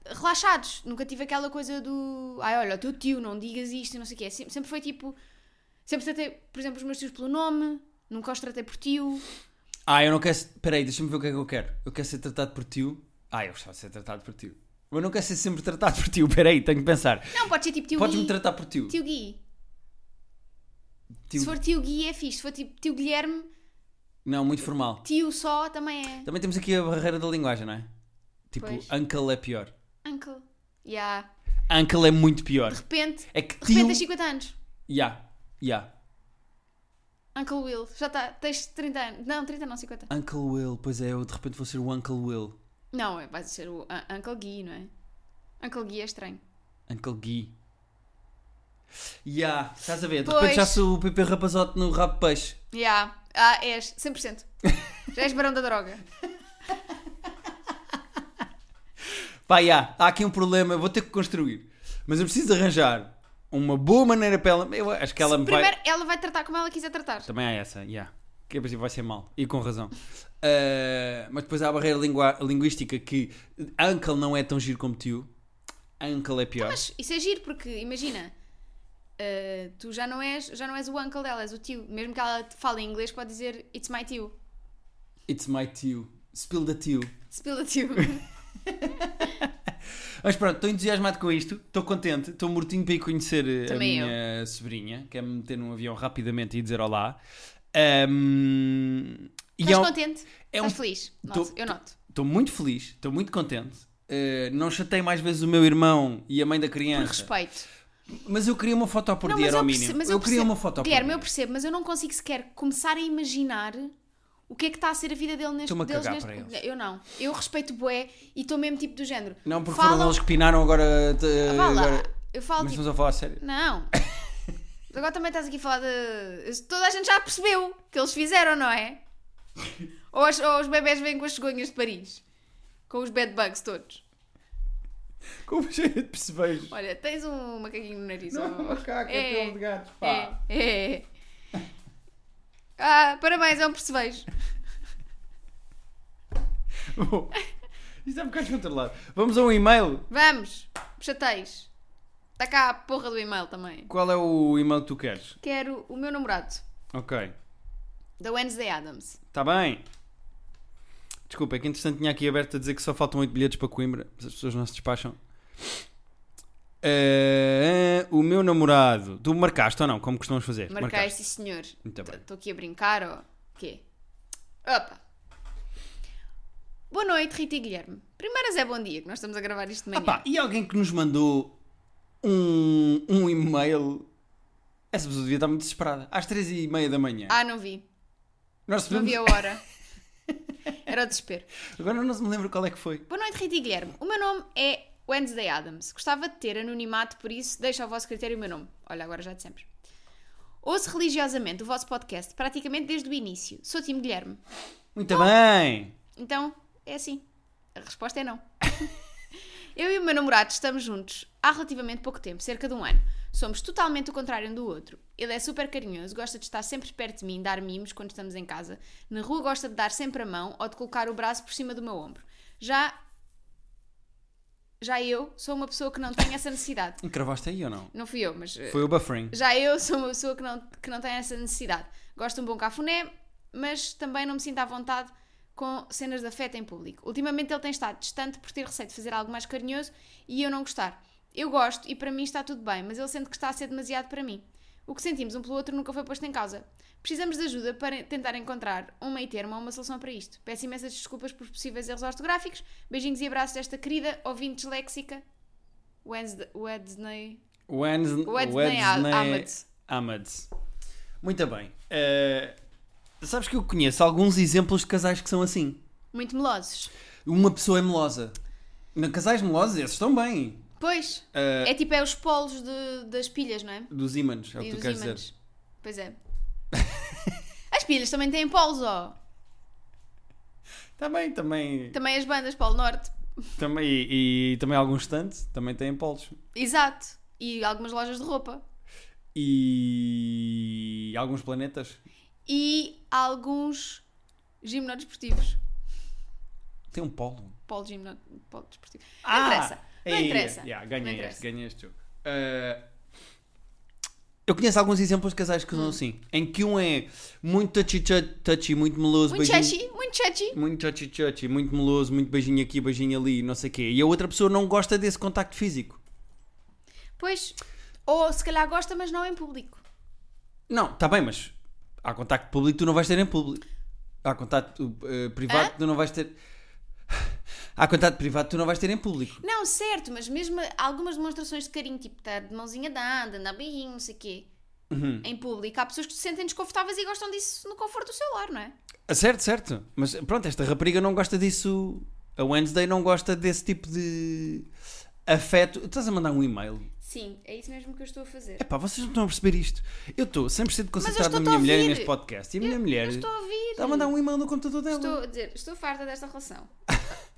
[SPEAKER 2] relaxados. Nunca tive aquela coisa do, ai, olha, o teu tio, não digas isto, não sei o quê. Sempre, sempre foi tipo, sempre tratei, por exemplo, os meus tios pelo nome, nunca os tratei por tio.
[SPEAKER 1] Ah, eu não quero. se- Peraí, deixa-me ver o que é que eu quero. Eu quero ser tratado por tio. Ah, eu gostava de ser tratado por tio. Mas eu não quero ser sempre tratado por tio. Peraí, tenho que pensar.
[SPEAKER 2] Não, pode ser tipo tio
[SPEAKER 1] Podes-me
[SPEAKER 2] Gui.
[SPEAKER 1] tratar por tio.
[SPEAKER 2] Tio Gui.
[SPEAKER 1] Tio-
[SPEAKER 2] Se for tio Gui é fixe, se for tipo tio Guilherme,
[SPEAKER 1] Não, muito formal.
[SPEAKER 2] tio só também é.
[SPEAKER 1] Também temos aqui a barreira da linguagem, não é? Tipo,
[SPEAKER 2] Pois.
[SPEAKER 1] uncle é pior.
[SPEAKER 2] Uncle. Yeah.
[SPEAKER 1] Uncle é muito pior.
[SPEAKER 2] De repente,
[SPEAKER 1] É que
[SPEAKER 2] de repente
[SPEAKER 1] tio.
[SPEAKER 2] tens 50 anos.
[SPEAKER 1] Ya, ya.
[SPEAKER 2] Uncle Will, já tá, tens 30 anos. Não, 30 não, 50.
[SPEAKER 1] Uncle Will, pois é, eu de repente vou ser o Uncle Will.
[SPEAKER 2] Não, é- vai ser o Un- Uncle Gui, não é? Uncle Gui é estranho.
[SPEAKER 1] Uncle Gui. Ya, estás a ver? De
[SPEAKER 2] Pois.
[SPEAKER 1] repente já sou o Pepe Rapazote no rabo de peixe.
[SPEAKER 2] Yeah. Ah, és 100%. já és barão da droga.
[SPEAKER 1] Pá, já, há aqui um problema, eu vou ter que construir. Mas eu preciso de arranjar uma boa maneira para ela. Eu acho que ela me vai.
[SPEAKER 2] Primeiro, ela vai tratar como ela quiser tratar.
[SPEAKER 1] Também há essa, já. Que a princípio vai ser mal. E com razão. Ah, mas depois há a barreira lingua- linguística que Uncle não é tão giro como tio. Uncle é pior.
[SPEAKER 2] Mas isso é giro, porque imagina, ah, tu já não, és, já não és o uncle dela, és o tio. Mesmo que ela te fale em inglês, pode dizer it's my tio.
[SPEAKER 1] It's my tio. Spill the tio.
[SPEAKER 2] Spill the tio.
[SPEAKER 1] Mas pronto, estou entusiasmado com isto, estou contente, estou mortinho para ir conhecer eh,
[SPEAKER 2] Também
[SPEAKER 1] a
[SPEAKER 2] eu.
[SPEAKER 1] minha sobrinha, quer me meter num avião rapidamente e dizer olá. Ahm, e é
[SPEAKER 2] Estás
[SPEAKER 1] um-
[SPEAKER 2] contente?
[SPEAKER 1] é um-
[SPEAKER 2] Estás feliz?
[SPEAKER 1] Tô-
[SPEAKER 2] Noto, eu noto.
[SPEAKER 1] Estou muito feliz, estou muito contente. Eh, não chatei mais vezes o meu irmão e a mãe da
[SPEAKER 2] Por
[SPEAKER 1] criança.
[SPEAKER 2] respeito.
[SPEAKER 1] Mas eu queria uma foto por
[SPEAKER 2] Não,
[SPEAKER 1] dia,
[SPEAKER 2] mas
[SPEAKER 1] era
[SPEAKER 2] eu
[SPEAKER 1] o
[SPEAKER 2] perce-
[SPEAKER 1] mínimo.
[SPEAKER 2] mas
[SPEAKER 1] eu, queria
[SPEAKER 2] percebo-
[SPEAKER 1] uma foto por
[SPEAKER 2] Guilherme,
[SPEAKER 1] dia.
[SPEAKER 2] eu percebo, mas eu não consigo sequer começar a imaginar o que é que está a ser a vida dele neste
[SPEAKER 1] Estou-me a
[SPEAKER 2] deles
[SPEAKER 1] cagar
[SPEAKER 2] neste-
[SPEAKER 1] para eles.
[SPEAKER 2] Eu não. Eu respeito bué e estou mesmo tipo do género.
[SPEAKER 1] Não, porque
[SPEAKER 2] Falam-
[SPEAKER 1] foram eles que pinaram agora. eh,
[SPEAKER 2] Vá lá.
[SPEAKER 1] agora-
[SPEAKER 2] Eu falo
[SPEAKER 1] Mas
[SPEAKER 2] tipo.
[SPEAKER 1] estamos a falar sério.
[SPEAKER 2] Não. Mas Agora também estás aqui a falar de. Toda a gente já percebeu o que eles fizeram, não é? Ou, as- ou os bebés vêm com as cegonhas de Paris. Com os bed bugs todos.
[SPEAKER 1] Como cheio de percebeiros.
[SPEAKER 2] Olha, tens um macaquinho no nariz.
[SPEAKER 1] Não,
[SPEAKER 2] ó.
[SPEAKER 1] macaco, é pelo de gatos, pá.
[SPEAKER 2] É, é, é. Ah, parabéns, é um percevejo.
[SPEAKER 1] Bom, Isto é um bocado descontrolado. Vamos a um e-mail.
[SPEAKER 2] Vamos, chateis. Está cá a porra do e-mail também.
[SPEAKER 1] Qual é o e-mail que tu queres?
[SPEAKER 2] Quero o meu namorado,
[SPEAKER 1] Ok.
[SPEAKER 2] da Wednesday Adams.
[SPEAKER 1] Está Tá bem. Desculpa, é que interessante tinha aqui aberto a dizer que só faltam 8 bilhetes para Coimbra, mas as pessoas não se despacham. Eh, o meu namorado. Tu marcaste ou não? Como costumamos fazer?
[SPEAKER 2] Marquei, sim senhor.
[SPEAKER 1] Muito bem.
[SPEAKER 2] Estou aqui a brincar, ó. Quê? Opa. Boa noite, Rita e Guilherme. Primeiras é bom dia, que nós estamos a gravar isto de
[SPEAKER 1] Ah
[SPEAKER 2] manhã.
[SPEAKER 1] pá, e alguém que nos mandou um, um e-mail. Essa pessoa devia estar muito desesperada. Às 3 e meia da manhã.
[SPEAKER 2] ah, não vi.
[SPEAKER 1] Nós
[SPEAKER 2] Não vi a hora. Era o desespero.
[SPEAKER 1] Agora não se me lembro qual é que foi.
[SPEAKER 2] Boa noite, Rita e Guilherme. O meu nome é Wednesday Adams. Gostava de ter anonimato, por isso deixo ao vosso critério o meu nome. Olha, agora já dissemos. Ouço religiosamente o vosso podcast, praticamente desde o início. Sou time Guilherme.
[SPEAKER 1] Muito bem!
[SPEAKER 2] Então, é assim. A resposta é não. Eu e o meu namorado estamos juntos há relativamente pouco tempo, cerca de um ano. Somos totalmente o contrário um do outro. Ele é super carinhoso, gosta de estar sempre perto de mim, dar mimos quando estamos em casa. Na rua gosta de dar sempre a mão ou de colocar o braço por cima do meu ombro. Já já eu sou uma pessoa que não tem essa necessidade.
[SPEAKER 1] Encravaste aí ou não?
[SPEAKER 2] Não fui eu, mas eh,
[SPEAKER 1] Foi o buffering.
[SPEAKER 2] já eu sou uma pessoa que não, que não tem essa necessidade. Gosto de um bom cafuné, mas também não me sinto à vontade com cenas de afeto em público. Ultimamente ele tem estado distante por ter receio de fazer algo mais carinhoso e eu não gostar. Eu gosto e para mim está tudo bem, mas ele sente que está a ser demasiado para mim. O que sentimos um pelo outro nunca foi posto em causa. Precisamos de ajuda para tentar encontrar um meio termo ou uma solução para isto. Peço imensas desculpas por possíveis erros ortográficos. Beijinhos e abraços desta querida ouvinte disléxica. Wednesday. Wednesday.
[SPEAKER 1] Wednesday,
[SPEAKER 2] Wednesday Ahmed.
[SPEAKER 1] Ahmed. é Muito bem. Eh, sabes que eu conheço alguns exemplos de casais que são assim.
[SPEAKER 2] Muito melosos.
[SPEAKER 1] Uma pessoa é melosa. Não, casais melosos, esses estão bem.
[SPEAKER 2] Pois.
[SPEAKER 1] Eh,
[SPEAKER 2] É tipo, é os polos de- das pilhas, não é?
[SPEAKER 1] Dos ímãs, é o
[SPEAKER 2] E
[SPEAKER 1] que tu
[SPEAKER 2] dos
[SPEAKER 1] queres
[SPEAKER 2] ímãs.
[SPEAKER 1] dizer.
[SPEAKER 2] Pois é. pilhas também têm polos, ó.
[SPEAKER 1] Também, também.
[SPEAKER 2] Também as bandas Polo Norte.
[SPEAKER 1] também e, e também alguns stands também têm polos.
[SPEAKER 2] Exato. E algumas lojas de roupa.
[SPEAKER 1] E alguns planetas.
[SPEAKER 2] E alguns gimnodesportivos.
[SPEAKER 1] Tem um polo.
[SPEAKER 2] Polo gimno... Polo desportivo. Não interessa. Não
[SPEAKER 1] Ah, aí,
[SPEAKER 2] interessa.
[SPEAKER 1] yeah, ganhei,
[SPEAKER 2] Não interessa.
[SPEAKER 1] Este, ganhei este jogo. Ah, eu conheço alguns exemplos de casais que
[SPEAKER 2] Hum.
[SPEAKER 1] são assim, em que um é muito touchy, touchy, touchy, muito meloso,
[SPEAKER 2] Muito
[SPEAKER 1] beijinho-
[SPEAKER 2] chachi, muito chachi.
[SPEAKER 1] muito touchy touchy, muito meloso, muito beijinho aqui, beijinho ali, não sei o quê. E a outra pessoa não gosta desse contacto físico.
[SPEAKER 2] Pois, ou se calhar gosta, mas não em público.
[SPEAKER 1] Não, está bem, mas há contacto público que tu não vais ter em público. Há contacto eh, privado
[SPEAKER 2] Hã?
[SPEAKER 1] que tu não vais ter. Há contacto privado que tu não vais ter em público.
[SPEAKER 2] Não, certo, mas mesmo algumas demonstrações de carinho, tipo estar de mãozinha dada, andar beijinho, não sei o quê,
[SPEAKER 1] Uhum.
[SPEAKER 2] em público, há pessoas que se sentem desconfortáveis e gostam disso no conforto do seu lar, não é?
[SPEAKER 1] Ah, Certo, certo. Mas pronto, esta rapariga não gosta disso. A Wednesday não gosta desse tipo de afeto. Estás a mandar um e-mail.
[SPEAKER 2] Sim, é isso mesmo que eu estou a fazer.
[SPEAKER 1] Epá, vocês não estão a perceber isto. Eu estou 100% concentrado na
[SPEAKER 2] estou-te
[SPEAKER 1] minha
[SPEAKER 2] a
[SPEAKER 1] mulher e
[SPEAKER 2] ouvir.
[SPEAKER 1] neste podcast. E a minha mulher
[SPEAKER 2] Eu estou a ouvir.
[SPEAKER 1] está a mandar um e-mail no computador dela.
[SPEAKER 2] Estou a dizer, estou farta desta relação.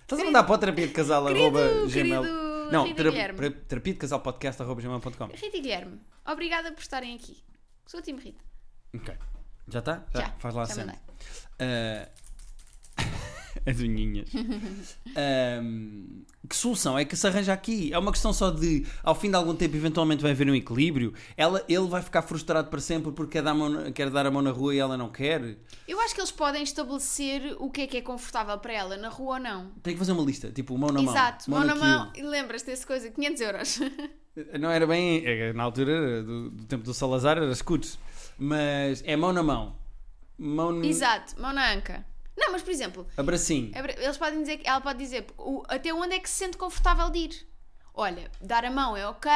[SPEAKER 1] Estás a mandar para o terapia de casal
[SPEAKER 2] Querido-
[SPEAKER 1] arroba
[SPEAKER 2] querido
[SPEAKER 1] gmail. Não,
[SPEAKER 2] Rita Guilherme.
[SPEAKER 1] terapia de casal podcast arroba gmail.com.
[SPEAKER 2] Rita e Guilherme, obrigada por estarem aqui. Sou o time Rita.
[SPEAKER 1] Ok. Já está?
[SPEAKER 2] Já,
[SPEAKER 1] Faz lá a
[SPEAKER 2] já
[SPEAKER 1] cena.
[SPEAKER 2] mandei.
[SPEAKER 1] Ah, As unhinhas. Ahm, que solução é que se arranja aqui? É uma questão só de, ao fim de algum tempo, eventualmente vai haver um equilíbrio. Ela, ele vai ficar frustrado para sempre porque quer dar, a mão, na- quer dar a mão na rua e ela não quer.
[SPEAKER 2] Eu acho que eles podem estabelecer o que é que é confortável para ela, na rua ou não.
[SPEAKER 1] Tem que fazer uma lista, tipo, mão na Hum.
[SPEAKER 2] Exato,
[SPEAKER 1] mão.
[SPEAKER 2] mão na
[SPEAKER 1] naquilo.
[SPEAKER 2] mão. E lembras-te dessa coisa, 500 euros.
[SPEAKER 1] Não era bem, era na altura era do, do tempo do Salazar era escudos, mas é mão na mão, mão no
[SPEAKER 2] Exato, mão na anca. Não, mas por exemplo,
[SPEAKER 1] abracinho.
[SPEAKER 2] é pra- eles podem dizer, que- ela pode dizer o- até onde é que se sente confortável de ir. Olha, dar a mão é ok,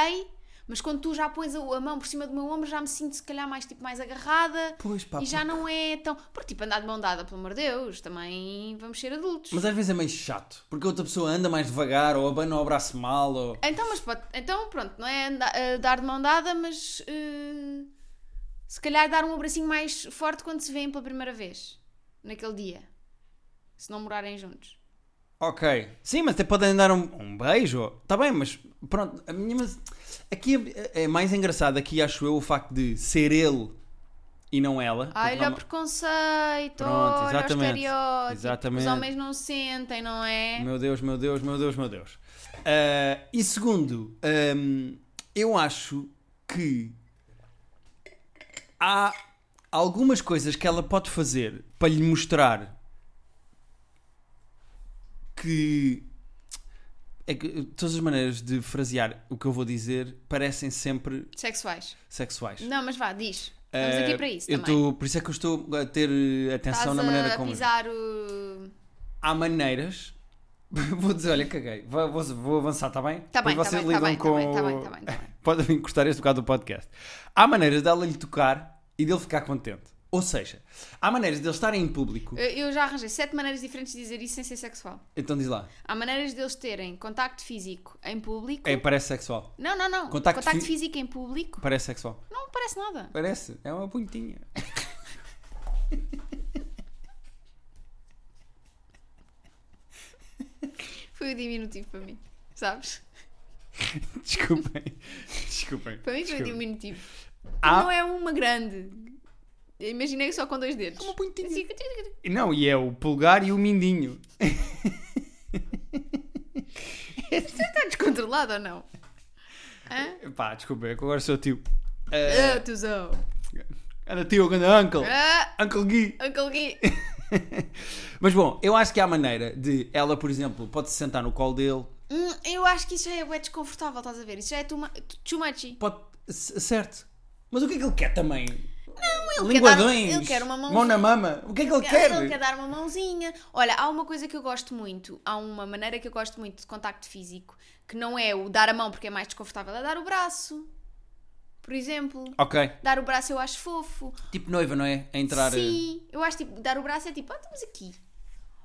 [SPEAKER 2] mas quando tu já pões a, a mão por cima do meu ombro já me sinto se calhar mais, tipo, mais agarrada.
[SPEAKER 1] Pois, pá,
[SPEAKER 2] e já não é tão. Porque, tipo, andar de mão dada, pelo amor de Deus, também vamos ser adultos.
[SPEAKER 1] Mas às vezes é meio chato, porque a outra pessoa anda mais devagar ou abana o braço mal ou
[SPEAKER 2] Então, mas pode- então, pronto, não é anda- eh, dar de mão dada, mas eh, se calhar dar um abracinho mais forte quando se vêem pela primeira vez, naquele dia, se não morarem juntos.
[SPEAKER 1] Ok. Sim, mas até podem dar um, um beijo. Está bem, mas pronto. A minha, mas aqui é, é mais engraçado, aqui acho eu, o facto de ser ele e Tipo, não ela. porque
[SPEAKER 2] Olha o
[SPEAKER 1] norma-
[SPEAKER 2] preconceito,
[SPEAKER 1] Pronto,
[SPEAKER 2] olha o
[SPEAKER 1] exatamente,
[SPEAKER 2] estereótipo,
[SPEAKER 1] exatamente.
[SPEAKER 2] os homens não sentem, não é?
[SPEAKER 1] Meu Deus, meu Deus, meu Deus, meu Deus. Ah, e segundo, hum, eu acho que há algumas coisas que ela pode fazer para lhe mostrar que. É que todas as maneiras de frasear o que eu vou dizer parecem sempre
[SPEAKER 2] Sexuais.
[SPEAKER 1] sexuais.
[SPEAKER 2] Não, mas vá, diz. Estamos aqui
[SPEAKER 1] Ah,
[SPEAKER 2] para isso
[SPEAKER 1] eu
[SPEAKER 2] também.
[SPEAKER 1] tô- por isso é que eu estou a ter eh, atenção
[SPEAKER 2] Estás
[SPEAKER 1] na maneira
[SPEAKER 2] a
[SPEAKER 1] como. eu-
[SPEAKER 2] pisar o...
[SPEAKER 1] há maneiras. Vou dizer, olha, caguei. Vou, vou- vou avançar, está bem?
[SPEAKER 2] Tá bem,
[SPEAKER 1] Depois
[SPEAKER 2] tá
[SPEAKER 1] vocês
[SPEAKER 2] bem,
[SPEAKER 1] lidam
[SPEAKER 2] tá bem, tá
[SPEAKER 1] com.
[SPEAKER 2] bem, tá bem, tá bem, tá bem.
[SPEAKER 1] Podem encostar este bocado do podcast. Há maneiras dela lhe tocar e dele ficar contente. Ou seja, há maneiras de eles estarem em público.
[SPEAKER 2] Eu, eu já arranjei sete maneiras diferentes de dizer isso sem ser sexual.
[SPEAKER 1] Então diz lá.
[SPEAKER 2] Há maneiras deles terem contacto físico em público.
[SPEAKER 1] É, parece sexual.
[SPEAKER 2] Não, não, não.
[SPEAKER 1] Contacto
[SPEAKER 2] Contacto,
[SPEAKER 1] fi-
[SPEAKER 2] físico em público.
[SPEAKER 1] Parece sexual.
[SPEAKER 2] Não parece nada.
[SPEAKER 1] Parece. É uma punhetinha.
[SPEAKER 2] Foi o diminutivo para mim. Sabes?
[SPEAKER 1] Desculpem. Desculpem.
[SPEAKER 2] Para mim foi o
[SPEAKER 1] Desculpem.
[SPEAKER 2] diminutivo.
[SPEAKER 1] Há-
[SPEAKER 2] Não é uma grande. Eu Imaginei só com dois dedos.
[SPEAKER 1] É uma punhetinha.
[SPEAKER 2] Assim,
[SPEAKER 1] Não, e é o pulgar e o mindinho.
[SPEAKER 2] Está Tá descontrolado ou não? Hã?
[SPEAKER 1] Pá, desculpem, é que agora sou tio.
[SPEAKER 2] Ah, tiozão.
[SPEAKER 1] Anda tio, anda uncle.
[SPEAKER 2] Ah,
[SPEAKER 1] Uncle Gui.
[SPEAKER 2] Uncle Gui.
[SPEAKER 1] Mas bom, eu acho que há maneira de ela, por exemplo, pode se sentar no colo dele,
[SPEAKER 2] Hum, eu acho que isso já é bué desconfortável, estás a ver? Isso já é too, mu- too much.
[SPEAKER 1] pode. c- Certo. Mas o que é que ele quer também? Não,
[SPEAKER 2] ele quer dar- ele quer uma mãozinha.
[SPEAKER 1] Mão na mama. O que é que ele quer?
[SPEAKER 2] Ele quer dar uma mãozinha. Olha, há uma coisa que eu gosto muito, há uma maneira que eu gosto muito de contacto físico, que não é o dar a mão porque é mais desconfortável, é dar o braço. Por exemplo,
[SPEAKER 1] Ok.
[SPEAKER 2] dar o braço eu acho fofo.
[SPEAKER 1] Tipo noiva, não é? A entrar. eh,
[SPEAKER 2] Sim, eu acho tipo, dar o braço é tipo, ah, estamos aqui.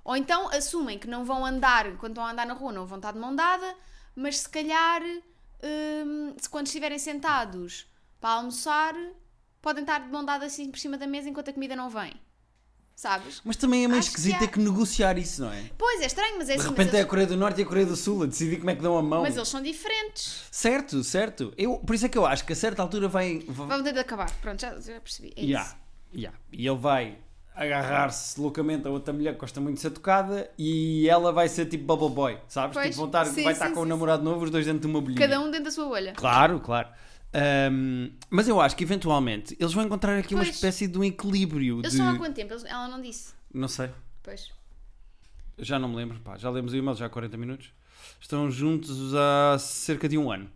[SPEAKER 2] Ou então assumem que não vão andar, quando estão a andar na rua, não vão estar de mão dada, mas se calhar, hum, se quando estiverem sentados para almoçar, podem estar de mão dada assim por cima da mesa enquanto a comida não vem. sabes?
[SPEAKER 1] Mas também é meio
[SPEAKER 2] Acho que
[SPEAKER 1] esquisito
[SPEAKER 2] há-
[SPEAKER 1] ter que negociar isso, não é?
[SPEAKER 2] Pois é estranho, mas é
[SPEAKER 1] De
[SPEAKER 2] assim.
[SPEAKER 1] repente é
[SPEAKER 2] mas,
[SPEAKER 1] a Coreia do Norte e a Coreia do Sul a decidir como é que dão a mão.
[SPEAKER 2] eles, mas eles são diferentes.
[SPEAKER 1] Certo, certo. Eu, por isso é que eu acho que a certa altura vai. vai...
[SPEAKER 2] Vamos ter de acabar. Pronto, já, já percebi. É
[SPEAKER 1] Yeah,
[SPEAKER 2] isso.
[SPEAKER 1] yeah. E ele vai agarrar-se loucamente a outra mulher que gosta muito de ser tocada e ela vai ser tipo bubble boy, sabes?
[SPEAKER 2] Pois,
[SPEAKER 1] tipo, vão estar,
[SPEAKER 2] sim,
[SPEAKER 1] vai
[SPEAKER 2] sim,
[SPEAKER 1] estar com
[SPEAKER 2] sim,
[SPEAKER 1] um
[SPEAKER 2] sim.
[SPEAKER 1] namorado novo, os dois dentro de uma bolhinha.
[SPEAKER 2] Cada um dentro da sua bolha.
[SPEAKER 1] Claro, claro. Ahm, mas eu acho que eventualmente eles vão encontrar aqui uma
[SPEAKER 2] Pois.
[SPEAKER 1] espécie de um equilíbrio.
[SPEAKER 2] Eles
[SPEAKER 1] de...
[SPEAKER 2] estão há quanto tempo? Eles- ela não disse.
[SPEAKER 1] Não sei,
[SPEAKER 2] Pois.
[SPEAKER 1] já não me lembro. pá. Já lemos o e-mail já há 40 minutos. Estão juntos há cerca de um ano.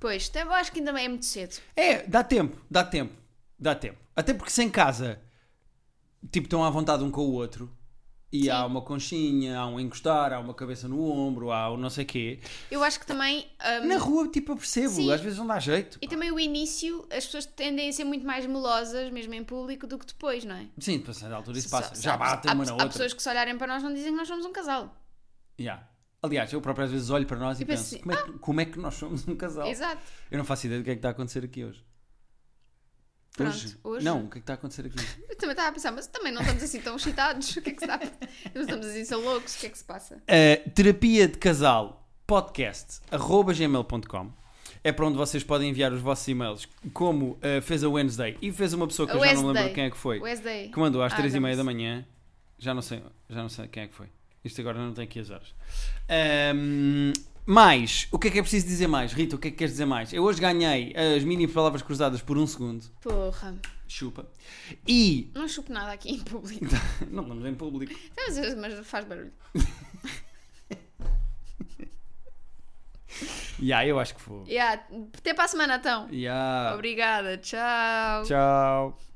[SPEAKER 2] Pois, então eu acho que ainda é muito cedo.
[SPEAKER 1] É, dá tempo, dá tempo, dá tempo. Até porque se em casa, tipo, estão à vontade um com o outro e
[SPEAKER 2] Sim.
[SPEAKER 1] há uma conchinha, há um encostar, há uma cabeça no ombro, há um não sei quê.
[SPEAKER 2] Eu acho que também. hum,
[SPEAKER 1] Na rua, tipo, eu percebo,
[SPEAKER 2] Sim.
[SPEAKER 1] às vezes não dá jeito.
[SPEAKER 2] E
[SPEAKER 1] pá.
[SPEAKER 2] também o início, as pessoas tendem a ser muito mais melosas, mesmo em público, do que depois, não é?
[SPEAKER 1] Sim, depois a altura isso
[SPEAKER 2] Só-
[SPEAKER 1] passa,
[SPEAKER 2] só-
[SPEAKER 1] já batem
[SPEAKER 2] há-
[SPEAKER 1] uma na outra.
[SPEAKER 2] Há pessoas que se olharem para nós não dizem que nós somos um casal.
[SPEAKER 1] Yeah. Aliás, eu próprio às vezes olho para nós e,
[SPEAKER 2] E
[SPEAKER 1] penso,
[SPEAKER 2] penso assim,
[SPEAKER 1] como, é que, como é que nós somos um casal?
[SPEAKER 2] Exato.
[SPEAKER 1] Eu não faço ideia do que é que está a acontecer aqui hoje.
[SPEAKER 2] Pronto,
[SPEAKER 1] hoje?
[SPEAKER 2] hoje.
[SPEAKER 1] Não, o que é que está a acontecer aqui?
[SPEAKER 2] Eu também estava a pensar, mas também não estamos assim tão excitados. O que é que se dá? Não estamos assim tão loucos. O que é que se passa?
[SPEAKER 1] Uh, terapia de casal podcast arroba gmail.com é para onde vocês podem enviar os vossos e-mails como uh, fez a Wednesday e fez uma pessoa que
[SPEAKER 2] A
[SPEAKER 1] eu já não me lembro
[SPEAKER 2] Wednesday.
[SPEAKER 1] quem é que foi
[SPEAKER 2] Wednesday.
[SPEAKER 1] que mandou às
[SPEAKER 2] Ah,
[SPEAKER 1] três e
[SPEAKER 2] já
[SPEAKER 1] meia da
[SPEAKER 2] não
[SPEAKER 1] manhã já não sei já não sei quem é que foi isto agora não tem aqui as horas Ahm, mais o que é que é preciso dizer mais Rita o que é que queres dizer mais eu hoje ganhei as mini palavras cruzadas por um segundo
[SPEAKER 2] Porra.
[SPEAKER 1] chupa e
[SPEAKER 2] Não chupo nada aqui em público.
[SPEAKER 1] não vamos em público
[SPEAKER 2] Mas- Mas faz barulho.
[SPEAKER 1] yeah, eu acho que vou
[SPEAKER 2] Yeah. Até para a semana, então.
[SPEAKER 1] yeah.
[SPEAKER 2] Obrigada. Tchau.
[SPEAKER 1] tchau